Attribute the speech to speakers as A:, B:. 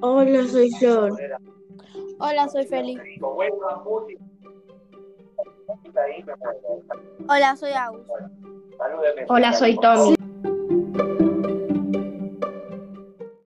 A: Hola, soy Flor.
B: Hola, soy Felipe. Hola, soy Agus.
C: Hola, soy Tommy.